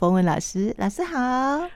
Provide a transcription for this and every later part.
冯文老师，老师好。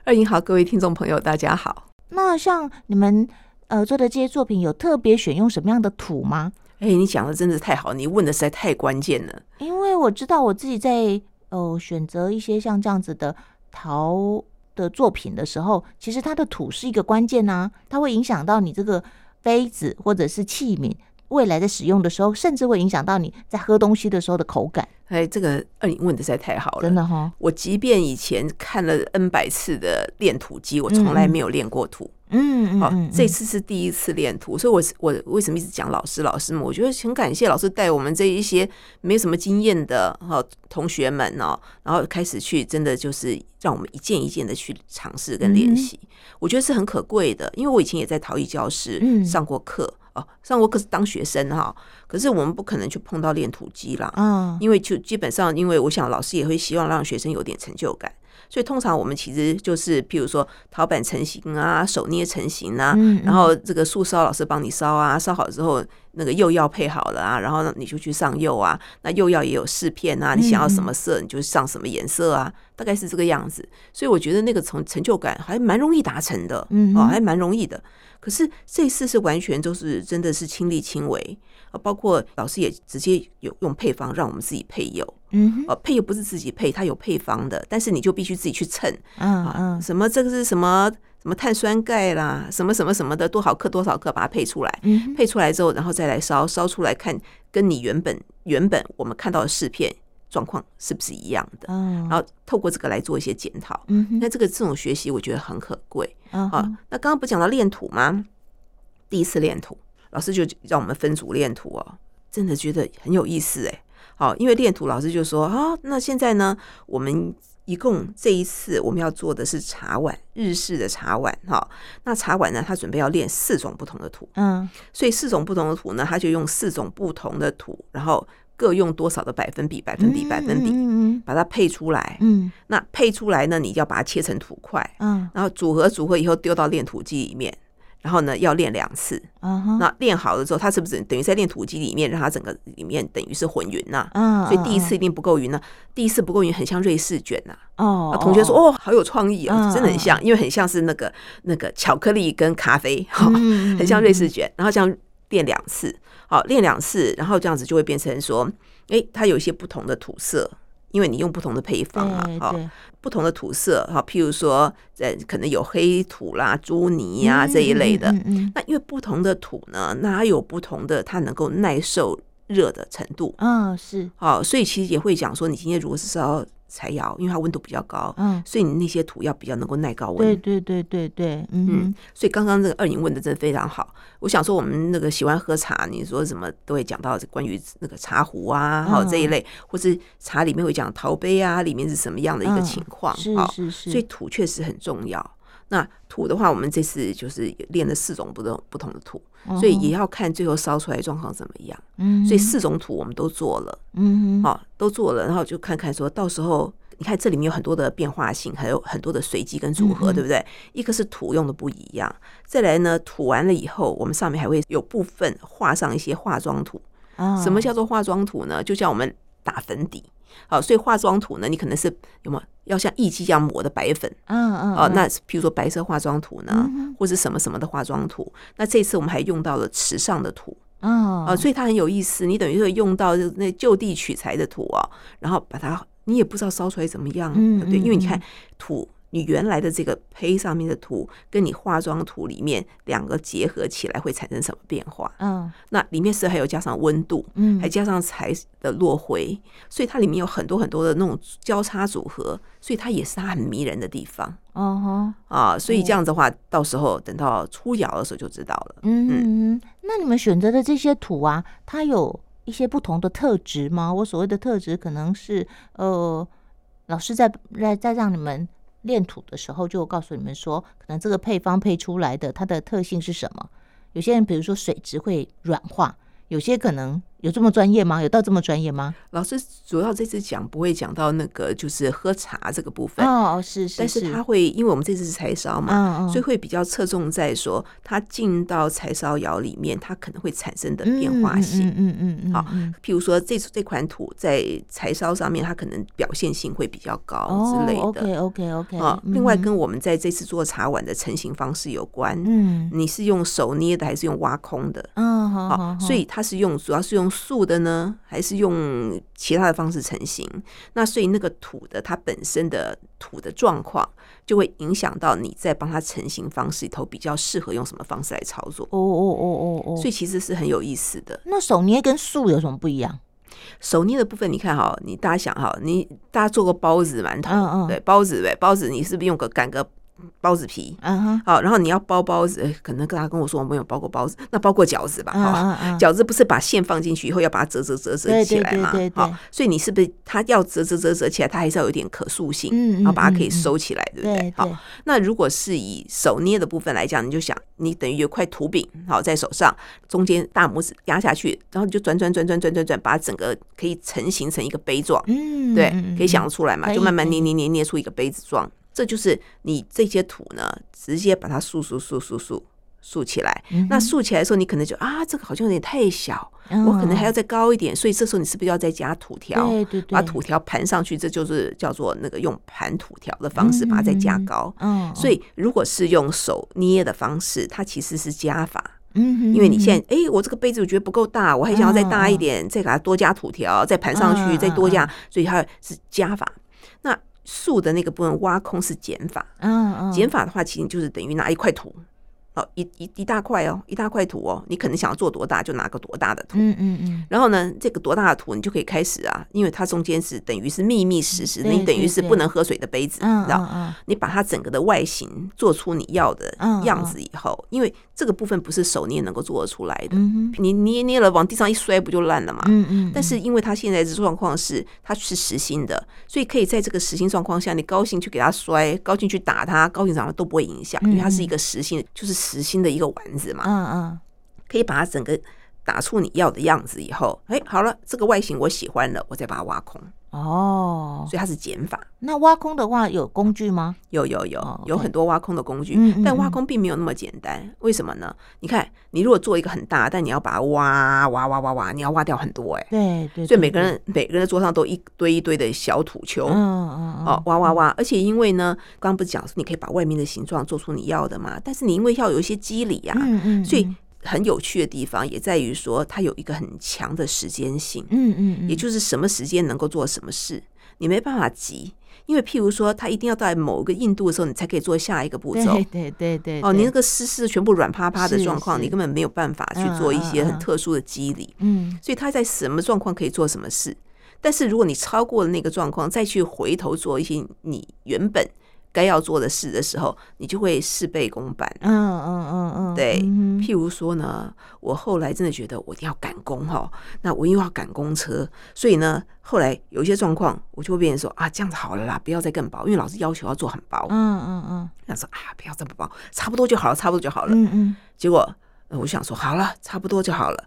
二营好，各位听众朋友，大家好。那像你们呃做的这些作品，有特别选用什么样的土吗？哎、你讲的真的太好，你问的实在太关键了。因为我知道我自己在呃选择一些像这样子的陶的作品的时候，其实它的土是一个关键呐、它会影响到你这个杯子或者是器皿未来在使用的时候，甚至会影响到你在喝东西的时候的口感。哎，这个二营问的实在太好了，真。的哈、我即便以前看了 N 百次的练土机，我从来没有练过土。嗯嗯好、嗯，这次是第一次练图，所以我是我为什么一直讲老师老师们？我觉得很感谢老师带我们这一些没什么经验的哈、同学们哦，然后开始去真的就是让我们一件一件的去尝试跟嗯练习，我觉得是很可贵的。因为我以前也在陶艺教室嗯上过课、哦，上过课是当学生哈、可是我们不可能去碰到练土机啦，啊，因为就基本上，因为我想老师也会希望让学生有点成就感，所以通常我们其实就是，譬如说陶板成型啊，手捏成型啊，嗯然后这个素烧老师帮你烧啊，烧好之后那个釉药配好了啊，然后呢你就去上釉啊，那釉药也有试片啊，你想要什嗯么色你就上什么颜色啊，大概是这个样子。所以我觉得那个成成就感还蛮容易达成的，嗯哦，哼还蛮容易的。可是这一次是完全都是真的是亲力亲为啊，包括老师也直接有用配方让我们自己配釉，嗯哼，呃，配又不是自己配，它有配方的，但是你就必须自己去称嗯啊，嗯什么这个是什么什么碳酸钙啦，什么什么什么的，多少克多少克把它配出来，嗯哼，配出来之后，然后再来烧，烧出来看跟你原本原本我们看到的试片状况是不是一样的，嗯，然后透过这个来做一些检讨。嗯哼那这个这种学习，我觉得很可贵。嗯啊哼，，那刚刚不讲到练土吗？第一次练土，老师就让我们分组练土哦，真的觉得很有意思哎。好，因为练土老师就说啊，那现在呢，我们一共这一次我们要做的是茶碗，日式的茶碗哈、那茶碗呢，他准备要练四种不同的土，嗯所以四种不同的土呢，他就用四种不同的土，然后各用多少的百分比、百分比、百分比，嗯把它配出来。嗯那配出来呢，你就要把它切成土块。嗯然后组合组合以后丢到练土机里面，然后呢要练两次。嗯哼，那练好了之后，它是不是等于在练土机里面，让它整个里面等于是混匀呐、嗯，所以第一次一定不够匀呢、第一次不够匀，很像瑞士卷呐、哦啊。，同学说：“哦，好有创意嗯哦，真的很像，因为很像是那个那个巧克力跟咖啡，哈、嗯很像瑞士卷。”然后这样练两次，好练两次，然后这样子就会变成说，诶，它有一些不同的土色，因为你用不同的配方嘛，对好。对，不同的土色哈，譬如说，呃，可能有黑土啦、朱泥啊嗯这一类的。嗯嗯那因为不同的土呢，那它有不同的它能够耐受热的程度。嗯，嗯是，好、所以其实也会讲说，你今天如果是烧柴窑，因为它温度比较高，嗯，所以你那些土要比较能够耐高温。对对对对对，嗯嗯，所以刚刚这个二宁问的真的非常好。我想说，我们那个喜欢喝茶，你说什么都会讲到关于那个茶壶啊，哈、嗯这一类，或是茶里面会讲陶杯啊，里面是什么样的一个情况哼，，嗯是好是是，所以土确实很重要。那土的话，我们这次就是练了四种不同不同的土，嗯所以也要看最后烧出来状况怎么样。哼，所以四种土我们都做了，嗯嗯哼，嗯哼，好、都做了，然后就看看说到时候，你看这里面有很多的变化性，还有很多的随机跟组合，嗯嗯对不对？一个是土用的不一样，再来呢，土完了以后，我们上面还会有部分画上一些化妆土，啊什么叫做化妆土呢？就像我们打粉底，好，所以化妆土呢，你可能是有没有要像艺伎一样抹的白粉嗯嗯哦、嗯那比如说白色化妆土呢，或是什么什么的化妆土。那这次我们还用到了池上的土嗯啊、所以它很有意思。你等于说用到就那就地取材的土哦，然后把它，你也不知道烧出来怎么样，嗯对不对，嗯因为你嗯看土。你原来的这个胚上面的土，跟你化妆土里面两个结合起来会产生什么变化？嗯那里面是还有加上温度，嗯还加上柴的落灰，所以它里面有很多很多的那种交叉组合，所以它也是它很迷人的地方哦吼。啊。所以这样子的话，到时候等到出窑的时候就知道了。嗯，那你们选择的这些土啊，它有一些不同的特质吗？我所谓的特质，可能是呃，老师在在在让你们练土的时候，就告诉你们说，可能这个配方配出来的它的特性是什么。有些人比如说水质会软化，有些可能有这么专业吗？有到这么专业吗？老师主要这次讲不会讲到那个就是喝茶这个部分，哦，是是但是他会因为我们这次是柴烧嘛，嗯嗯，所以会比较侧重在说它进到柴烧窑里面，它可能会产生的嗯变化性。嗯嗯嗯嗯，嗯好嗯譬如说这这款土在柴烧上面，它可能表现性会比较高之类哦的。 ，OK OK OK，啊，另外跟我们在这次做茶碗的成型方式有关。嗯你是用手捏的还是用挖空的？嗯好好好，好，所以它是用主要是用素的呢，还是用其他的方式成型？那所以那个土的它本身的土的状况，就会影响到你在帮它成型方式里头比较适合用什么方式来操作。哦哦哦哦哦，所以其实是很有意思的。那手捏跟素有什么不一样？手捏的部分，你看哈，你大家想哈，你大家做过包子、馒头，嗯嗯对，包子对，包子你是不是用个擀个包子皮？啊哈，好，然后你要包包子，哎可能大家跟我说我没有包过包子，那包过饺子吧？嗯哈、嗯 嗯，饺子不是把馅放进去以后要把它折折折折对起对来对嘛？对对好，所以你是不是它要折折折折起来，它还是要有一点可塑性，嗯嗯然后把它可以嗯嗯收起来，对不对好，对，那如果是以手捏的部分来讲，你就想，你等于有块土饼，好在手上，中间大拇指压下去，然后你就转转转转转转转，把它整个可以成型成一个杯状，嗯，对嗯，可以想得，出来可嘛，以就慢慢可以捏捏捏捏出一个杯子状。这就是你这些土呢，直接把它竖竖竖竖竖竖起来。嗯那竖起来的时候，你可能就啊，这个好像有点太小，嗯我可能还要再高一点，所以这时候你是不是要再加土条？对对对，把土条盘上去，这就是叫做那个用盘土条的方式，嗯把它再加高。嗯，嗯所，以，如果是用手捏的方式，它其实是加法，嗯，因为你现在在，哎、我这个杯子我觉得不够大，我还想要再大一点，再给它多加土条，再盘上嗯去，嗯再多加嗯，所以它是加法。那竖的那个部分挖空是减法，嗯嗯减法的话，其实就是等于拿一块土，哦，一一一大块哦，一大块土哦，你可能想要做多大就拿个多大的土。嗯嗯嗯，然后呢，这个多大的土你就可以开始啊，因为它中间是等于是密密实实嗯的，对你等于对是对不能喝水的杯子，嗯你知道嗯嗯你把它整个的外形做出你要的嗯样子以后，因为这个部分不是手捏能够做得出来的，嗯哼你捏捏了往地上一摔不就烂了嘛？嗯嗯，但是因为它现在的状况是它是实心的，所以可以在这个实心状况下，你高兴去给它摔，高兴去打它，高兴怎么样都不会影响，嗯因为它是一个实心，就是实心的一个丸子嘛，嗯嗯可以把它整个打出你要的样子以后，哎，好了，这个外形我喜欢了，我再把它挖空，哦，所以它是减法。那挖空的话有工具吗？有有哦有，OK 有很多挖空的工具嗯嗯，但挖嗯空并没有那么简单。为什么呢？你看，你如果做一个很大，但你要把它挖挖挖挖挖，你要挖掉很多哎。对对，所对以每个，对人每个人的桌上都一堆一堆的小土球嗯嗯哦，，挖挖挖。而且因为呢，刚刚不是讲说你可以把外面的形状做出你要的嘛，但是你因为要有一些肌理啊，嗯嗯嗯，所以很有趣的地方也在于说它有一个很强的时间性。嗯嗯嗯，也就是什么时间能够做什么事，你没办法急，因为譬如说，它一定要到某个硬度的时候，你才可以做下一个步骤对。对对对，哦，对你那个湿湿全部软趴趴的是状况，是你根本没有办法去嗯做一嗯些嗯很特殊的肌理，嗯所以它在什么状况可以做什么事。但是如果你超过了那个状况，再去回头做一些你原本该要做的事的时候，你就会事倍功半。嗯嗯嗯嗯，对嗯哼譬如说呢，我后来真的觉得我一定要赶工哈、那我又要赶公车，所以呢，后来有一些状况，我就会变成说啊，这样子好了啦，不要再更薄，因为老师要求要做很薄，嗯嗯那说啊，不要这么薄，差不多就好了，差不多就好嗯了。嗯嗯，结果、呃我想说好了，差不多就好了，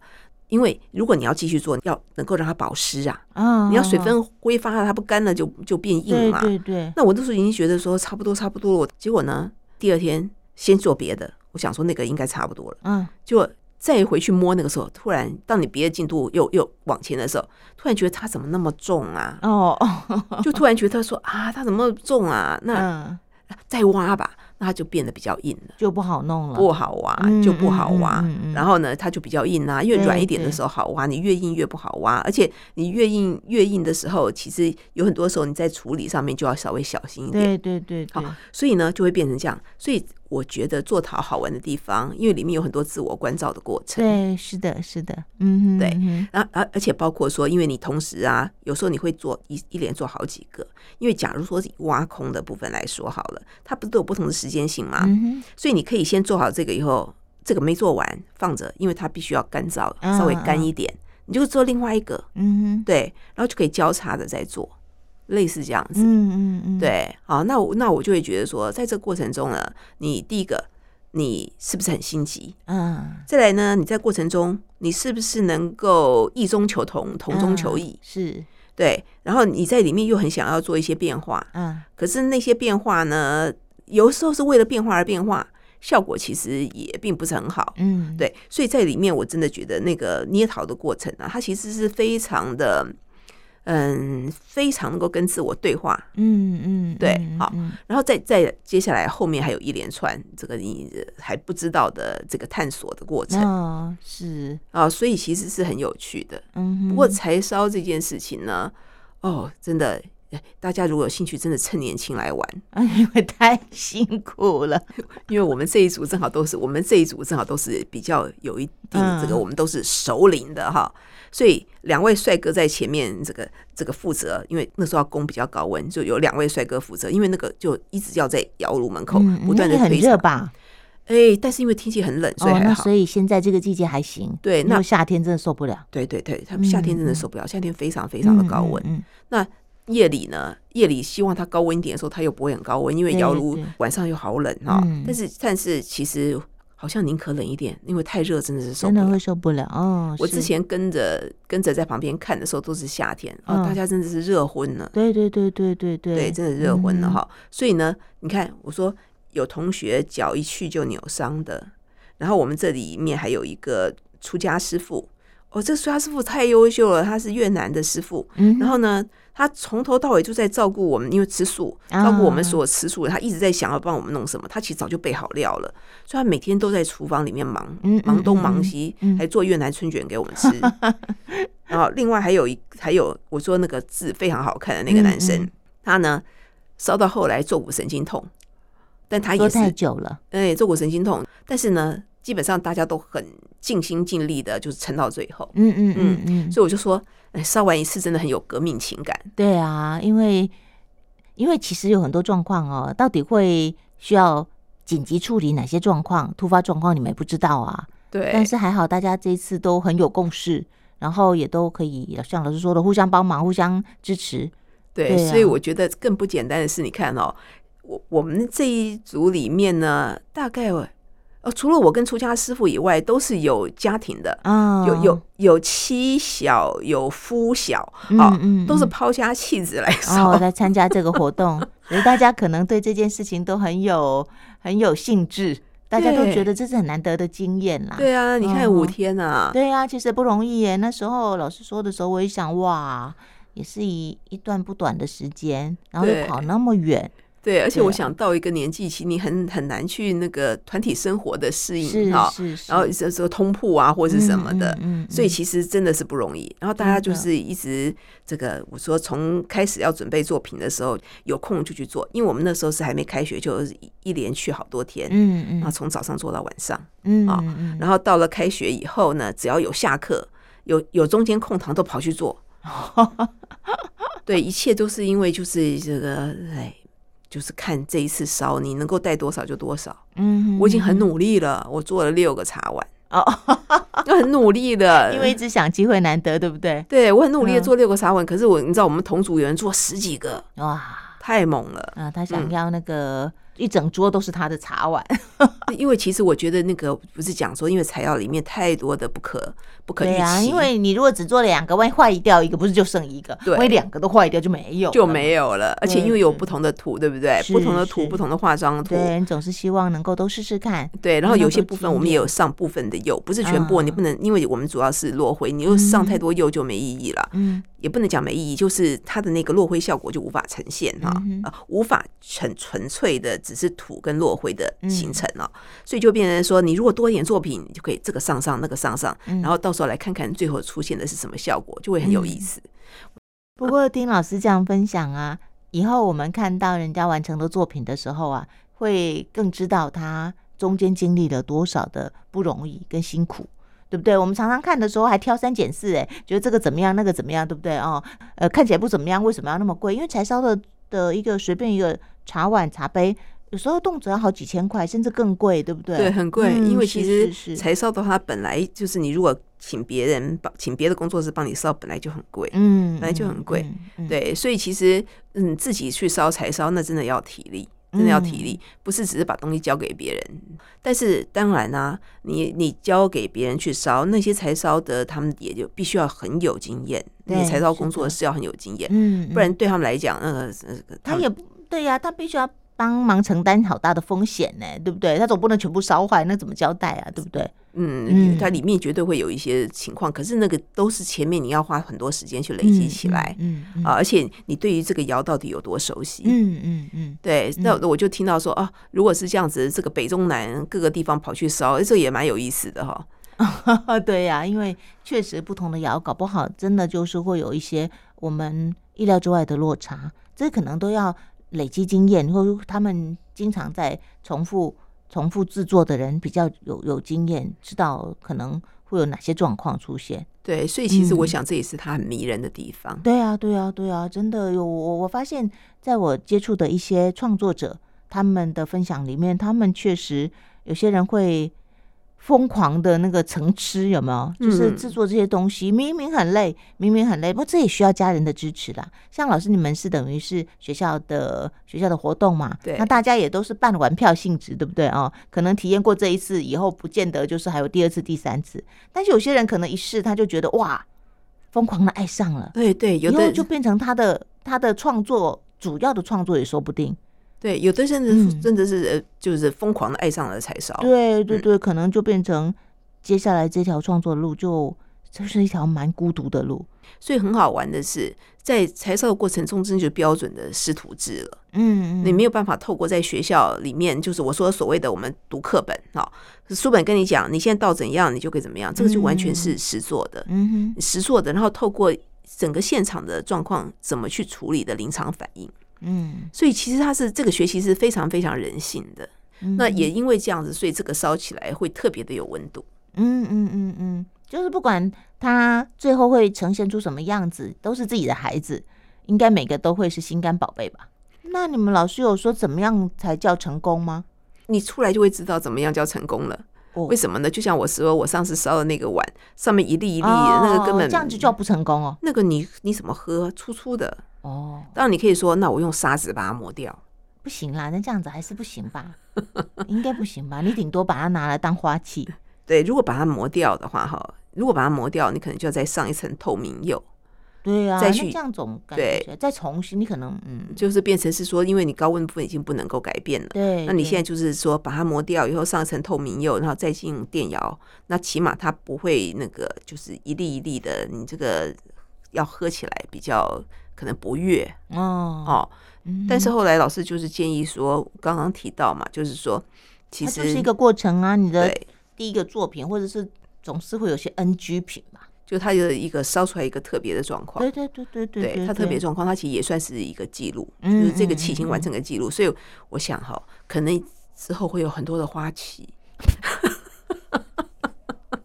因为如果你要继续做，要能够让它保湿啊，嗯，你要水嗯分挥发了，它不干了就就变硬对嘛。对对，那我那时候已经觉得说差不多差不多了，结果呢，第二天先做别的，我想说那个应该差不多了。嗯？就再回去摸那个时候，突然当你别的进度又又往前的时候，突然觉得它怎么那么重 啊哦哦，就突然觉得说啊，它怎么那么重啊？那嗯，再挖吧，那它就变得比较硬了，就不好弄了，不好挖嗯就不好挖嗯嗯嗯嗯。然后呢，它就比较硬啊，越对软一点的对时候好挖，你越硬越不好挖。而且你越硬越硬的时候，其实有很多时候你在处理上面就要稍微小心一点。对对对对，好所以呢，就会变成这样。所以我觉得做陶好玩的地方，因为里面有很多自我关照的过程。对，是的，是的，嗯哼，对嗯哼，然后，而而且包括说，因为你同时啊，有时候你会做一一连做好几个，因为假如说以挖空的部分来说好了，它不是都有不同的时间性嘛，嗯所以你可以先做好这个以后，这个没做完放着，因为它必须要干燥，嗯稍微干一点，你就做另外一个，哼，嗯哼，对，然后就可以交叉的再做，类似这样子，嗯嗯嗯，，对，好，那我那我就会觉得说，在这个过程中呢，你第一个你是不是很心急？嗯，再来呢，你在过程中你是不是能够异中求同，同中求嗯异？是，对，然后你在里面又很想要做一些变化，嗯可是那些变化呢，有时候是为了变化而变化，效果其实也并不是很好。嗯，，对，所以在里面我真的觉得那个捏陶的过程啊，它其实是非常的，嗯，非常能够跟自我对话。嗯嗯，对嗯好，嗯然后再再接下来后面还有一连串这个你还不知道的这个探索的过程那哦是，啊，所以其实是很有趣的。嗯哼，不过柴烧这件事情呢，哦，真的，哎大家如果有兴趣，真的趁年轻来玩，啊因为 太辛苦了，因为我们这一组正好都是我们这一组正好都是比较有一定嗯这个，我们都是熟龄的哈，所以两位帅哥在前面这个这个负责，因为那时候要攻比较高温，就有两位帅哥负责，因为那个就一直要在窑炉门 口嗯不断的那也很推热搡，吧？哎，但是因为天气很冷，所以哦，还那好所。以现在这个季节还行，对，因那为夏天真的受不了，对对对，他们夏天真的嗯嗯受不了，夏天非常非非常的高温。嗯，那夜里呢？夜里希望它高温一点的时候，它又不会很高温，因为对窑炉对晚上又好冷哈、嗯但是，但是其实好像宁可冷一点，因为太热真的是受真不的了会。受不了哦。我是之前跟着跟着在旁边看的时候都是夏天嗯啊、大家真的是热昏了，对对对对对对，对，真的热昏了嗯哈、所以呢，你看我说有同学脚一去就扭伤的，然后我们这里面还有一个出家师傅，哦，这个出家师傅太优秀了，他是越南的师傅，嗯，然后呢，他从头到尾就在照顾我们，因为吃素，啊照顾我们所有吃素的，他一直在想要帮我们弄什么。他其实早就备好料了，所以他每天都在厨房里面忙嗯，忙东嗯忙嗯西嗯，还做越南春卷给我 们吃。然后另外还有一还有我说那个字非常好看的那个男嗯生嗯，他呢烧到后来坐骨神经痛，但他说也太是久了，哎坐骨神经痛，但是呢，基本上大家都很尽心尽力的，就是撑到最后。嗯嗯嗯嗯，所以我就说，哎，烧完一次真的很有革命情感。对啊，因为因为其实有很多状况哦，到底会需要紧急处理哪些状况、突发状况，你们也不知道啊。对但是还好，大家这一次都很有共识，然后也都可以像老师说的，互相帮忙、互相支持。对，对啊所以我觉得更不简单的是，你看哦，我我们这一组里面呢，大概我呃，除了我跟出家师傅以外，都是有家庭的，啊，有有有妻小，有夫小，嗯啊，嗯都是嗯抛家弃子 来烧。哦，来参加这个活动，所以大家可能对这件事情都很有很有兴致，大家都对觉得这是很难得的经验啦。 对啊，你看嗯五天啊，对啊，其实不容易耶。那时候老师说的时候，我也想，哇，也是一一段不短的时间，然后又对跑那么远，对，而且对啊我想到一个年纪，其实你很很难去那个团体生活的适是应哈，是是，嗯然后这时候通铺啊或是什么的，嗯，嗯嗯所以其实真的是不容易。然后大家真就的是一直这个，我说从开始要准备作品的时候，有空就去做，因为我们那时候是还没开学，就是一一连去好多天，嗯嗯然后从早上做到晚上。嗯啊嗯嗯，然后到了开学以后呢，只要有下课，有有中间空堂都跑去 做。对，一切都是因为就是这个，哎，就是看这一次烧你能够带多少就多少。嗯，我已经很嗯努力了，我做了六个茶碗，哦， 我很努力了，因为一直想机会难得，对不对？对我很努力的嗯做六个茶碗，可是我你知道我们同组有人做十几个，哇太猛了。啊，他嗯想要那个一整桌都是他的茶碗，因为其实我觉得那个不是讲说，因为材料里面太多的不可不可预对期，啊，因为你如果只做两个，万一坏掉一个，不是就剩一个？对万一两个都坏掉就没有，就。没有了。而且因为有对不同的土，对不对？嗯是不同的土，是不同的化妆图。对，你总是希望能够都试试看，对，然后让他有些多部分经我们也验有上部分的釉，不是全部，嗯你不能，因为我们主要是落灰，你又上嗯太多釉就没意义了，嗯，也不能讲没意义，就是它的那个落灰效果就无法呈现哈、嗯哼呃无法很纯粹的只是土跟落灰的形嗯成啊、所以就变成说，你如果多一点作品，你就可以这个上上那个上上，嗯然后到时候来看看最后出现的是什么效果，就会很有意嗯思。不过听老师这样分享啊，以后我们看到人家完成的作品的时候啊，会更知道他中间经历了多少的不容易跟辛苦。对不对？我们常常看的时候还挑三拣四，哎，觉得这个怎么样，那个怎么样，对不对？哦，呃，看起来不怎么样，为什么要那么贵？因为柴烧的的一个随便一个茶碗、茶杯，有时候动辄要好几千块，甚至更贵，对不对？对，很贵，嗯因为是其实是是柴烧的话，它本来就是你如果请别人帮，请别的工作室帮你烧，本来就很贵。嗯，本来就很贵嗯，嗯嗯对，所以其实嗯，自己去烧柴烧，那真的要体力，真的要体力，不是只是把东西交给别人。但是当然啦、你你交给别人去烧，那些柴烧的他们也就必须要很有经验，那些对柴烧是工作的是要很有经验，嗯，不然对他们来讲，那个那个他们也不对呀、他必须要帮忙承担好大的风险呢、对不对？他总不能全部烧坏，那怎么交代啊？对不对？嗯，嗯它里面绝对会有一些情况，可是那个都是前面你要花很多时间去累积起来嗯嗯嗯啊，而且你对于这个窑到底有多熟悉？嗯嗯嗯，对，那我就听到说啊，如果是这样子，这个北中南各个地方跑去烧，诶这也蛮有意思的哈。嗯 对呀、因为确实不同的窑，搞不好真的就是会有一些我们意料之外的落差，这可能都要累积经验，或者他们经常在重复重复制作的人比较有有经验，知道可能会有哪些状况出现。对，所以其实嗯我想这也是它很迷人的地方。对啊，对啊，对啊，真的有我我发现，在我接触的一些创作者他们的分享里面，他们确实有些人会疯狂的那个成痴，有没有？就是嗯制作这些东西，明明很累，明明很累，不过这也需要家人的支持啦。像老师你们是等于是学校的学校的活动嘛，对那大家也都是半玩票性质，对不对啊、哦？可能体验过这一次以后，不见得就是还有第二次、第三次，但是有些人可能一试他就觉得哇，疯狂的爱上了。对对，有以后的就变成他的他的创作主要的创作也说不定。对，有的甚至、嗯真的是呃，就是疯狂的爱上了柴烧。对嗯对对，可能就变成接下来这条创作路就就是一条蛮孤独的路。所以很好玩的是，在柴烧的过程中，真的就标准的师徒制了。嗯你没有办法透过在学校里面，就是我说所谓的我们读课本哈、书本跟你讲，你现在到怎样，你就可以怎么样，这个就完全是实做的，嗯哼实做的，然后透过整个现场的状况怎么去处理的临场反应，嗯，所以其实它是这个学习是非常非常人性的。嗯那也因为这样子，所以这个烧起来会特别的有温度。嗯嗯嗯嗯，就是不管他最后会呈现出什么样子，都是自己的孩子，应该每个都会是心肝宝贝吧。那你们老师有说怎么样才叫成功吗？你出来就会知道怎么样叫成功了。哦为什么呢？就像我说，我上次烧的那个碗上面一粒一粒，哦那个根本这样子叫不成功哦。那个你你怎么喝？粗粗的，哦，当然，你可以说，那我用砂纸把它磨掉。不行啦，那这样子还是不行吧？ 应该不行吧？你顶多把它拿来当花器。对，如果把它磨掉的话，哈，如果把它磨掉，你可能就要再上一层透明釉，对啊，再那去这样总感觉对起来再重新，你可能嗯，就是变成是说，因为你高温部分已经不能够改变了。对。那你对现在就是说，把它磨掉以后，上一层透明釉，然后再进电窑，那起码它不会那个，就是一粒一粒的，你这个要喝起来比较可能不悦哦，哦。嗯但是后来老师就是建议说，刚刚提到嘛，就是说，其它实就是一个过程啊。你的对，第一个作品，或者是总是会有些 NG 品吧？就它有一个烧出来一个特别的状况。对对对对对哦对对，它特别对状况，它其实也算是一个记录，就嗯是这个嗯器嗯已经完嗯成个记录，所以我想哈，可能之后会有很多的花期，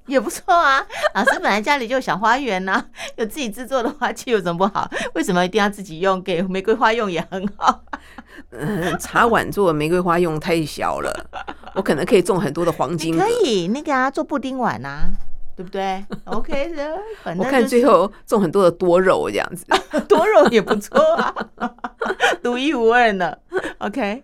也不错啊。 老师本来家里就有小花园呐、有自己制作的花器有什么不好？为什么一定要自己用？给玫瑰花用也很好。嗯， 茶碗做玫瑰花用太小了，我可能可以种很多的黄你金可葛，以那个啊，做布丁碗啊，对不对？OK 的， 反我正看啊就是最后种很多的多肉这样子。多肉也不错啊，独一无二呢。OK，